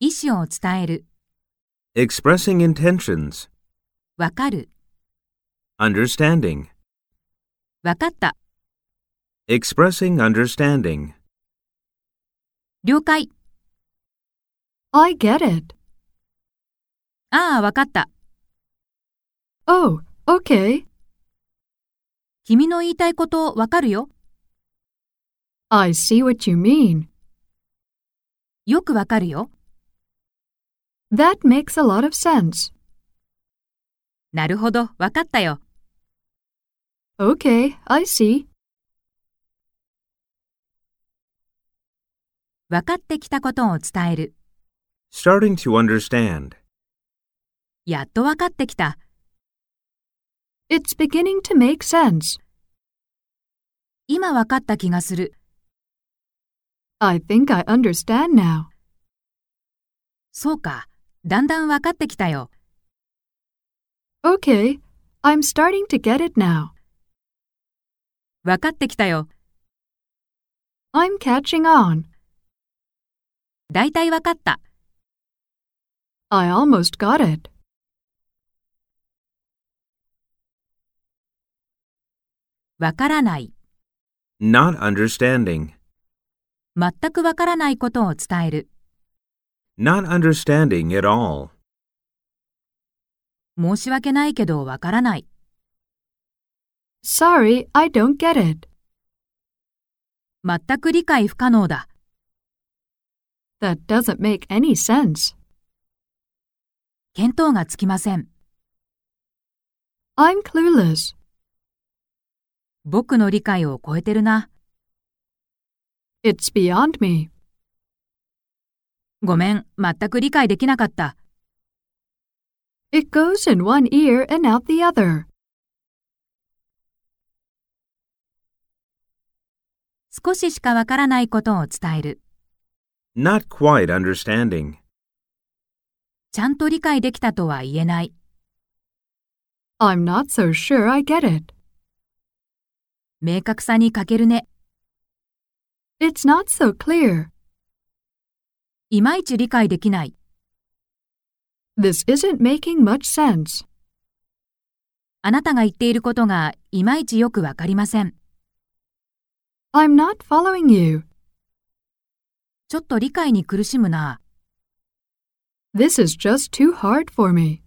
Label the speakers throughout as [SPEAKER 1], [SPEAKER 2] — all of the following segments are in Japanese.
[SPEAKER 1] 意思を伝える、
[SPEAKER 2] Expressing intentions.
[SPEAKER 1] わかる、
[SPEAKER 2] Understanding.
[SPEAKER 1] わかった、
[SPEAKER 2] Expressing understanding.
[SPEAKER 1] 了解、
[SPEAKER 3] I get it.
[SPEAKER 1] ああ、わかった、
[SPEAKER 3] Oh, okay.
[SPEAKER 1] 君の言いたいことわかるよ、
[SPEAKER 3] I see what you mean.
[SPEAKER 1] よくわかるよ、
[SPEAKER 3] That makes a lot of sense.
[SPEAKER 1] なるほど、わかったよ、
[SPEAKER 3] Okay, I see.
[SPEAKER 1] わかってきたことを伝える、
[SPEAKER 2] Starting to understand.
[SPEAKER 1] やっとわかってきた、
[SPEAKER 3] It's beginning to make sense.
[SPEAKER 1] 今わかった気がする、
[SPEAKER 3] I think I understand now.
[SPEAKER 1] そうか、だんだんわかってきたよ、
[SPEAKER 3] Okay, I'm starting to get it now.
[SPEAKER 1] わかってきたよ、
[SPEAKER 3] I'm catching on.
[SPEAKER 1] だいたいわかった、
[SPEAKER 3] I almost got it.
[SPEAKER 1] わからない、
[SPEAKER 2] Not understanding.
[SPEAKER 1] 全くわからないことを伝える、
[SPEAKER 2] Not understanding at all.
[SPEAKER 1] 申し訳ないけどわからない、
[SPEAKER 3] Sorry, I don't get it.
[SPEAKER 1] 全く理解不可能だ、
[SPEAKER 3] That doesn't make any sense.
[SPEAKER 1] 見当がつきません、
[SPEAKER 3] I'm clueless.
[SPEAKER 1] 僕の理解を超えてるな、
[SPEAKER 3] It's beyond me.
[SPEAKER 1] ごめん、全く理解できなかった。
[SPEAKER 3] It goes in one ear and out the other.
[SPEAKER 1] 少ししかわからないことを伝える。
[SPEAKER 2] Not quite understanding.
[SPEAKER 1] ちゃんと理解できたとは言えない。
[SPEAKER 3] I'm not so sure I get it.
[SPEAKER 1] 明確さに欠けるね。
[SPEAKER 3] It's not so clear.
[SPEAKER 1] いまいち理解できない。
[SPEAKER 3] This isn't making much sense.
[SPEAKER 1] あなたが言っていることがいまいちよくわかりません。
[SPEAKER 3] I'm not following you.
[SPEAKER 1] ちょっと理解に苦しむな。
[SPEAKER 3] This is just too hard for me.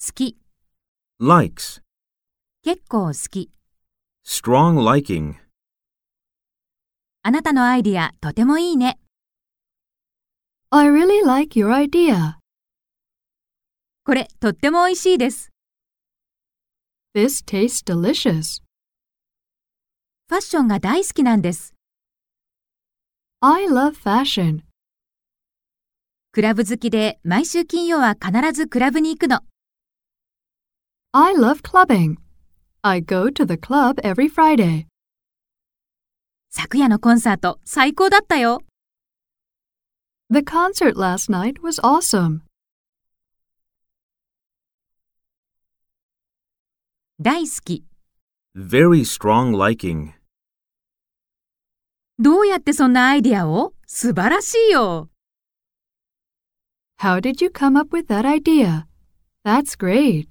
[SPEAKER 1] 好き。
[SPEAKER 2] Likes.
[SPEAKER 1] 結構好き。
[SPEAKER 2] Strong liking.
[SPEAKER 1] あなたのアイディアとてもいいね。
[SPEAKER 3] I really like your idea.
[SPEAKER 1] これとっても美味しいです。
[SPEAKER 3] This tastes delicious.
[SPEAKER 1] ファッションが大好きなんです。
[SPEAKER 3] I love fashion.
[SPEAKER 1] クラブ好きで毎週金曜は必ずクラブに行くの。
[SPEAKER 3] I love clubbing. I go to the club every Friday.
[SPEAKER 1] 昨夜のコンサート最高だったよ。
[SPEAKER 3] The concert last night was awesome.
[SPEAKER 1] 大好き。
[SPEAKER 2] Very strong liking.
[SPEAKER 1] どうやってそんなアイディアを素晴らしいよ。
[SPEAKER 3] How did you come up with that idea? That's great.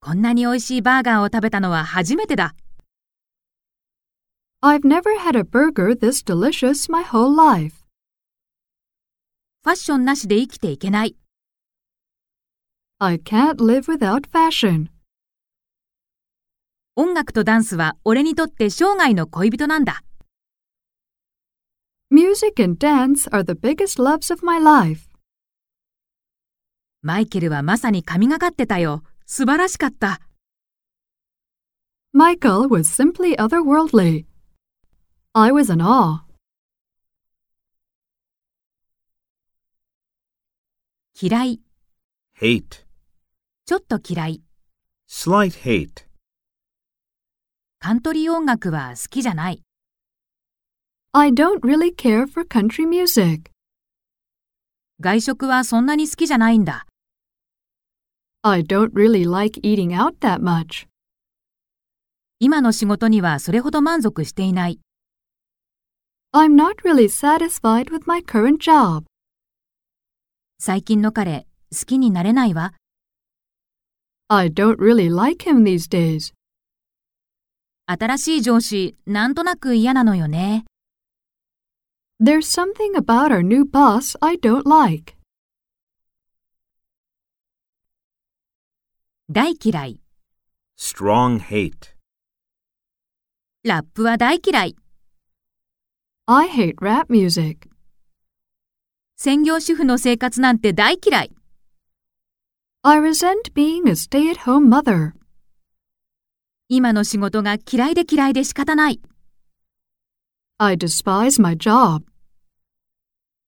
[SPEAKER 1] こんなに美味しいバーガーを食べたのは初めてだ。
[SPEAKER 3] I've never had a burger this delicious my whole life.
[SPEAKER 1] ファッションなしで生きていけない。
[SPEAKER 3] I can't live without fashion.
[SPEAKER 1] 音楽とダンスは俺にとって生涯の恋人なんだ。
[SPEAKER 3] Music and dance are the biggest loves of my life.
[SPEAKER 1] マイケルはまさに神がかってたよ。素晴らしかった。
[SPEAKER 3] Michael was simply otherworldly. I was in awe.
[SPEAKER 1] 嫌い。
[SPEAKER 2] Hate.
[SPEAKER 1] ちょっと嫌い。
[SPEAKER 2] Slight hate.
[SPEAKER 1] カントリー音楽は好きじゃない。
[SPEAKER 3] I don't really care for country music.
[SPEAKER 1] 外食はそんなに好きじゃないんだ。
[SPEAKER 3] I don't really like eating out that much.
[SPEAKER 1] 今の仕事にはそれほど満足していない。
[SPEAKER 3] I'm not really satisfied with my current job.
[SPEAKER 1] 最近の彼、好きになれないわ。
[SPEAKER 3] I don't really like him these days.
[SPEAKER 1] 新しい上司、なんとなく嫌なのよね。
[SPEAKER 3] There's something about our new boss I don't like.
[SPEAKER 1] 大嫌い。
[SPEAKER 2] strong hate,
[SPEAKER 1] ラップは大嫌い。
[SPEAKER 3] I hate rap music.
[SPEAKER 1] 専業主婦の生活なんて大嫌い。
[SPEAKER 3] I resent being a stay at home mother.
[SPEAKER 1] 今の仕事が嫌いで嫌いで仕方ない。
[SPEAKER 3] I despise my job.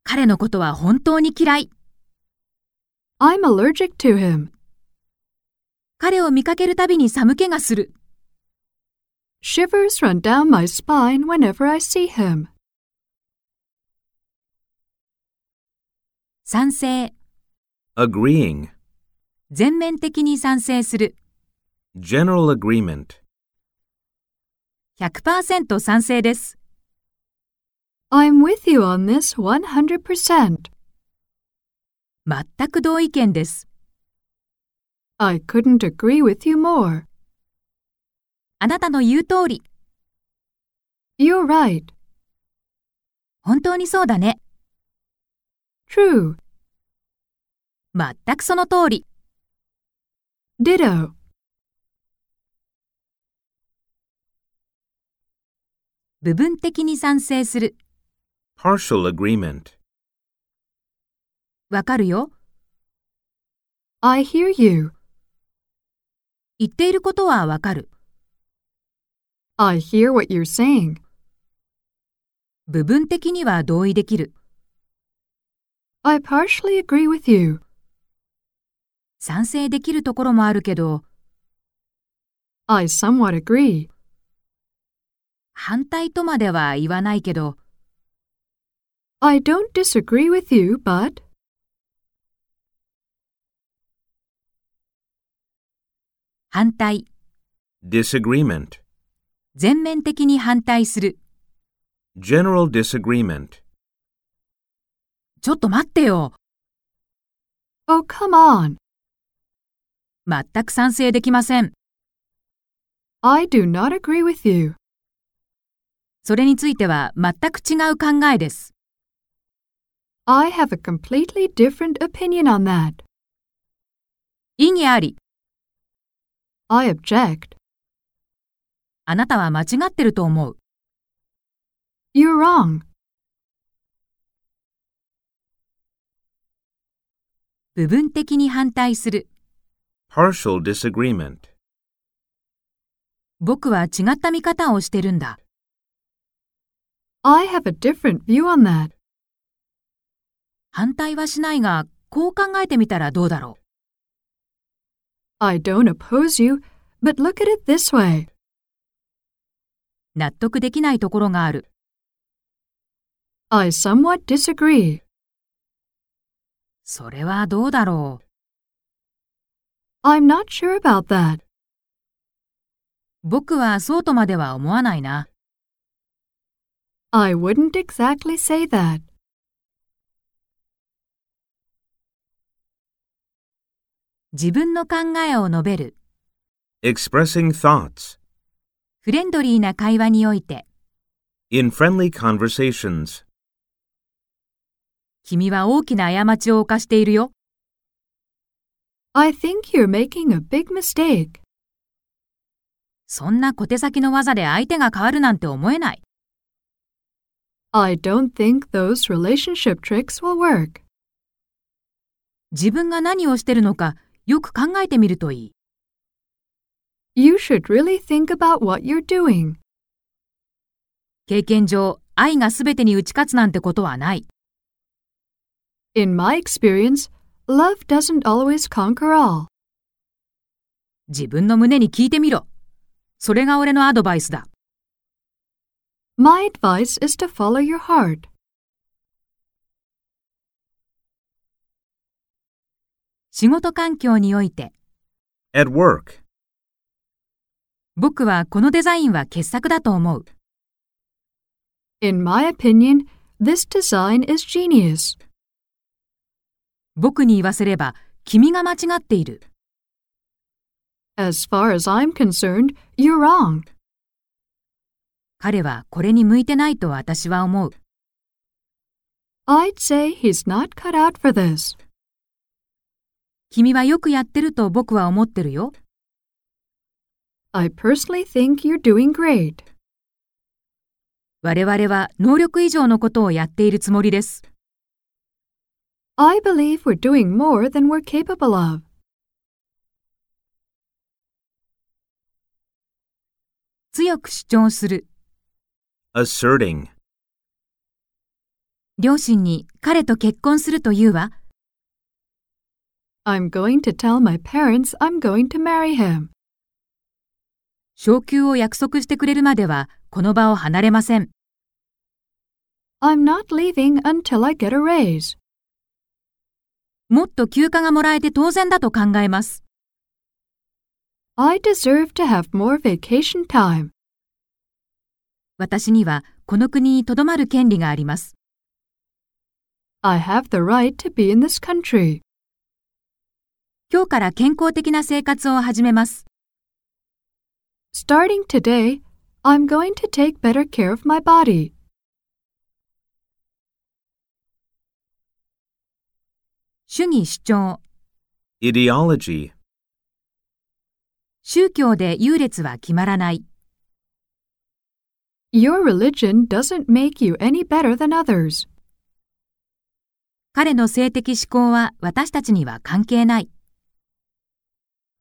[SPEAKER 1] 彼のことは本当に嫌い。
[SPEAKER 3] I'm allergic to him.
[SPEAKER 1] 彼を見かけるたびに寒気がする。
[SPEAKER 3] Shivers run down my spine whenever I see him.
[SPEAKER 1] 賛成。
[SPEAKER 2] agreeing,
[SPEAKER 1] 全面的に賛成する。
[SPEAKER 2] general agreement,
[SPEAKER 1] 100%賛成です。
[SPEAKER 3] I'm with you on this 100%.
[SPEAKER 1] 全く同意見です。
[SPEAKER 3] I couldn't agree with you more.
[SPEAKER 1] あなたの言う通り。
[SPEAKER 3] You're right.
[SPEAKER 1] 本当にそうだね。
[SPEAKER 3] True.
[SPEAKER 1] 全くその通り。
[SPEAKER 3] Ditto.
[SPEAKER 1] 部分的に賛成する。
[SPEAKER 2] partial agreement,
[SPEAKER 1] わかるよ。
[SPEAKER 3] I hear you.
[SPEAKER 1] 言っていることはわかる。
[SPEAKER 3] I hear what you're saying.
[SPEAKER 1] 部分的には同意できる。
[SPEAKER 3] I partially agree with you.
[SPEAKER 1] 賛成できるところもあるけど、
[SPEAKER 3] I somewhat agree.
[SPEAKER 1] 反対とまでは言わないけど、
[SPEAKER 3] I don't disagree with you, but
[SPEAKER 1] 反対。
[SPEAKER 2] disagreement,
[SPEAKER 1] 全面的に反対する。
[SPEAKER 2] general disagreement,
[SPEAKER 1] ちょっと待ってよ。
[SPEAKER 3] oh, come on.
[SPEAKER 1] 全く賛成できません。
[SPEAKER 3] I do not agree with you.
[SPEAKER 1] それについては全く違う考えです。
[SPEAKER 3] I have a completely different opinion on that.
[SPEAKER 1] 異議あり。
[SPEAKER 3] I object.
[SPEAKER 1] あなたは間違ってると思う。
[SPEAKER 3] You're wrong.
[SPEAKER 1] 部分的に反対する。
[SPEAKER 2] partial disagreement,
[SPEAKER 1] 僕は違った見方をしてるんだ。
[SPEAKER 3] I have a different view on that.
[SPEAKER 1] 反対はしないが、こう考えてみたらどうだろう。
[SPEAKER 3] I don't oppose you, but look at it this way.
[SPEAKER 1] 納得できないところがある。
[SPEAKER 3] I somewhat disagree.
[SPEAKER 1] それはどうだろう。
[SPEAKER 3] I'm not sure about that.
[SPEAKER 1] 僕はそうとまでは思わないな。
[SPEAKER 3] I wouldn't exactly say that.
[SPEAKER 1] 自分の考えを述べる。
[SPEAKER 2] expressing thoughts,
[SPEAKER 1] フレンドリーな会話において、
[SPEAKER 2] in friendly conversations,
[SPEAKER 1] 君は大きな過ちを犯しているよ。
[SPEAKER 3] I think you're making a big mistake.
[SPEAKER 1] そんな小手先の技で相手が変わるなんて思えない。
[SPEAKER 3] I don't think those relationship tricks will work.
[SPEAKER 1] 自分が何をしてるのかよく考えてみるといい。
[SPEAKER 3] You should really think about what you're doing.
[SPEAKER 1] 経験上、愛が全てに打ち勝つなんてことはない。
[SPEAKER 3] In my experience, love doesn't always conquer all.
[SPEAKER 1] 自分の胸に聞いてみろ。それが俺のアドバイスだ。
[SPEAKER 3] My advice is to follow your heart.
[SPEAKER 1] 仕事環境において、
[SPEAKER 2] at work,
[SPEAKER 1] 僕はこのデザインは傑作だと思う。
[SPEAKER 3] In my opinion, this design is genius.
[SPEAKER 1] 僕に言わせれば、君が間違っている。
[SPEAKER 3] As far as I'm concerned, you're wrong.
[SPEAKER 1] 彼はこれに向いてないと私は思う。
[SPEAKER 3] I'd say he's not cut out for this.
[SPEAKER 1] 君はよくやってると僕は思ってるよ。
[SPEAKER 3] I personally think you're doing great.
[SPEAKER 1] 我々は能力以上のことをやっているつもりです。
[SPEAKER 3] I believe we're doing more than we're capable of.
[SPEAKER 1] 強く主張する。
[SPEAKER 2] asserting,
[SPEAKER 1] 両親に彼と結婚するというわ。
[SPEAKER 3] I'm going to tell my parents I'm going to marry him.
[SPEAKER 1] 昇給を約束してくれるまではこの場を離れません。
[SPEAKER 3] I'm not leaving until I get a raise.
[SPEAKER 1] もっと休暇がもらえて当然だと考えます。
[SPEAKER 3] I deserve to have more vacation time.
[SPEAKER 1] 私にはこの国に留まる権利があります。
[SPEAKER 3] I have the right to be in this country.
[SPEAKER 1] 今日から健康的な生活を始めます。
[SPEAKER 3] Starting today, I'm going to take better care of my body.
[SPEAKER 1] 主義主張。
[SPEAKER 2] ideology,
[SPEAKER 1] 宗教で優劣は決まらない。
[SPEAKER 3] Your religion doesn't make you any better than others.
[SPEAKER 1] 彼の性的指向は私たちには関係ない。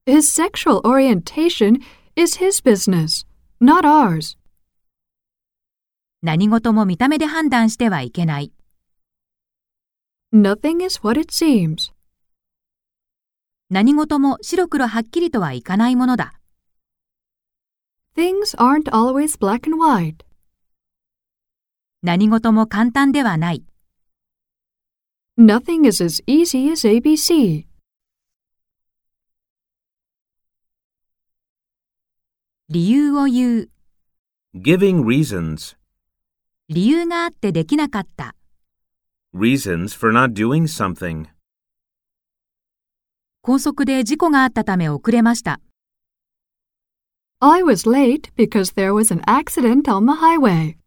[SPEAKER 3] His sexual orientation is his business, not ours.
[SPEAKER 1] 何事も見た目で判断してはいけない。
[SPEAKER 3] Nothing is what it seems.
[SPEAKER 1] 何事も白黒はっきりとはいかないものだ。
[SPEAKER 3] Things aren't always black and white.
[SPEAKER 1] 何事も簡単ではない。
[SPEAKER 3] Nothing is as easy as ABC.
[SPEAKER 1] 理由を言う。
[SPEAKER 2] giving reasons,
[SPEAKER 1] 理由があってできなかった。
[SPEAKER 2] reasons for not doing something,
[SPEAKER 1] 高速で事故があったため遅れました。
[SPEAKER 3] I was late because there was an accident on the highway.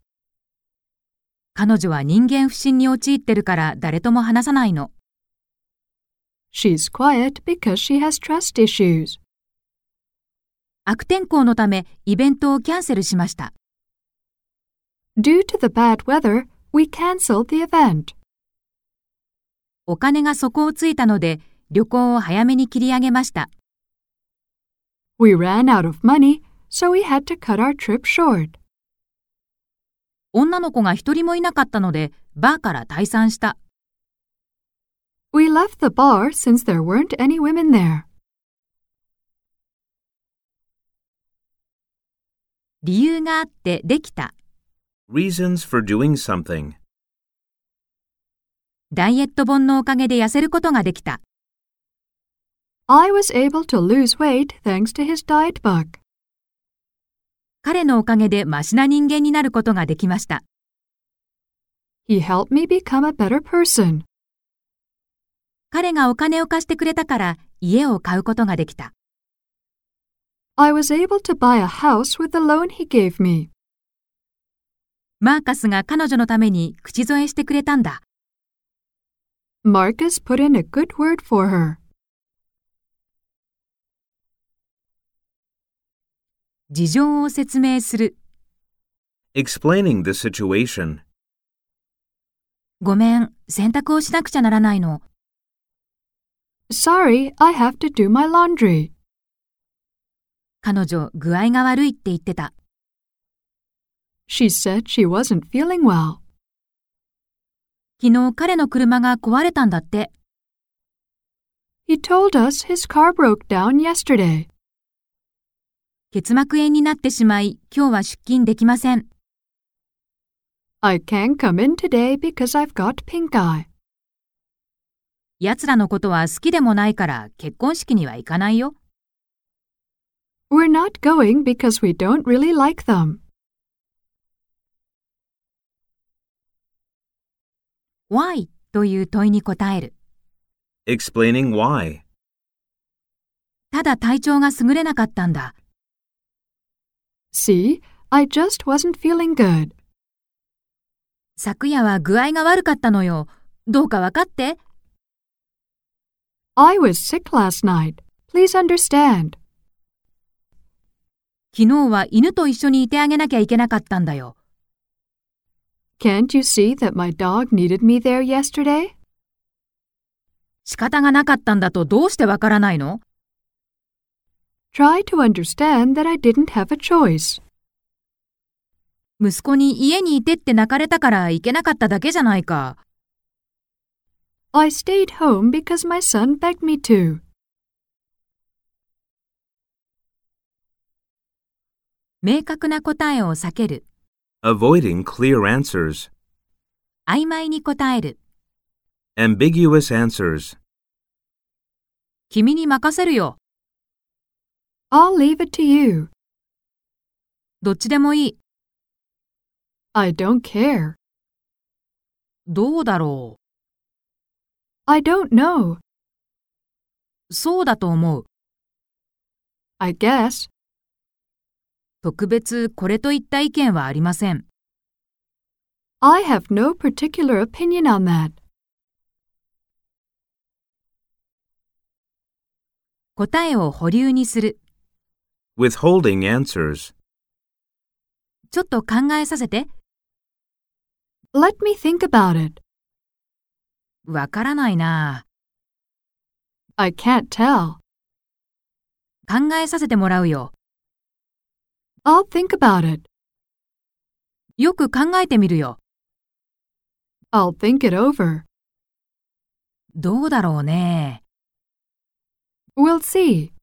[SPEAKER 1] 彼女は人間不信に陥ってるから誰とも話さないの。
[SPEAKER 3] She's quiet because she has trust issues.
[SPEAKER 1] 悪天候のためイベントをキャンセルしました。
[SPEAKER 3] Due to the bad weather, we canceled the event.
[SPEAKER 1] お金が底をついたので旅行を早めに切り上げました。
[SPEAKER 3] We ran out of money, so we had to cut our trip short.
[SPEAKER 1] 女の子が一人もいなかったのでバーから退散した。
[SPEAKER 3] We left the bar since there weren't any women there.
[SPEAKER 1] 理由があってできた。
[SPEAKER 2] reasons for doing something,
[SPEAKER 1] ダイエット本のおかげで痩せることができた。
[SPEAKER 3] I was able to lose weight thanks to his diet book.
[SPEAKER 1] 彼のおかげでマシな人間になることができました。
[SPEAKER 3] He helped me become a better person.
[SPEAKER 1] 彼がお金を貸してくれたから家を買うことができた。
[SPEAKER 3] I was able to buy a house with the loan he gave me.
[SPEAKER 1] マーカスが彼女のために口添えしてくれたんだ。
[SPEAKER 3] Marcus put in a good word for her.
[SPEAKER 1] 事情を説明する。
[SPEAKER 2] explaining the situation,
[SPEAKER 1] ごめん、洗濯をしなくちゃならないの。
[SPEAKER 3] Sorry, I have to do my laundry.
[SPEAKER 1] 彼女、具合が悪いって言ってた。
[SPEAKER 3] She said she wasn't feeling well.
[SPEAKER 1] 昨日彼の車が壊れたんだって。
[SPEAKER 3] He told us his car broke down yesterday.
[SPEAKER 1] 結膜炎になってしまい、今日は出勤できません。
[SPEAKER 3] I can't come in today because I've got pink eye.
[SPEAKER 1] 奴らのことは好きでもないから結婚式には行かないよ。
[SPEAKER 3] We're not going because we don't really like them.
[SPEAKER 1] Why? という問いに答える。
[SPEAKER 2] explaining why.
[SPEAKER 1] ただ体調が優れなかったんだ。
[SPEAKER 3] See, I just wasn't feeling good.
[SPEAKER 1] 昨夜は具合が悪かったのよ。どうかわかって。
[SPEAKER 3] I was sick last night. Please understand.
[SPEAKER 1] 昨日は犬と一緒にいてあげなきゃいけなかったんだよ。
[SPEAKER 3] Can't you see that my dog needed me there yesterday?
[SPEAKER 1] 仕方がなかったんだとどうしてわからないの
[SPEAKER 3] Try to understand that I didn't have a choice.
[SPEAKER 1] 息子に家にいてって泣かれたから行けなかっただけじゃないか。
[SPEAKER 3] I stayed home because my son begged me to.
[SPEAKER 1] 明確な答えを避ける。
[SPEAKER 2] Avoiding clear answers.
[SPEAKER 1] 曖昧に答える。
[SPEAKER 2] Ambiguous answers.
[SPEAKER 1] 君に任せるよ。
[SPEAKER 3] I'll leave it to you.
[SPEAKER 1] どっちでもいい。
[SPEAKER 3] I don't care.
[SPEAKER 1] どうだろ
[SPEAKER 3] I don't know.
[SPEAKER 1] う。そうだと思う。
[SPEAKER 3] I guess.
[SPEAKER 1] 特別これといった意見はありません。
[SPEAKER 3] I have no particular opinion on that.
[SPEAKER 1] 答えを保留にする。
[SPEAKER 2] Withholding answers.
[SPEAKER 1] ちょっと考えさせて。
[SPEAKER 3] Let me think about it.
[SPEAKER 1] わからないな
[SPEAKER 3] I can't tell.
[SPEAKER 1] 考えさせてもらうよ。
[SPEAKER 3] I'll think about it.
[SPEAKER 1] よく考えてみるよ。
[SPEAKER 3] I'll think it over.
[SPEAKER 1] どうだろうね。
[SPEAKER 3] We'll see.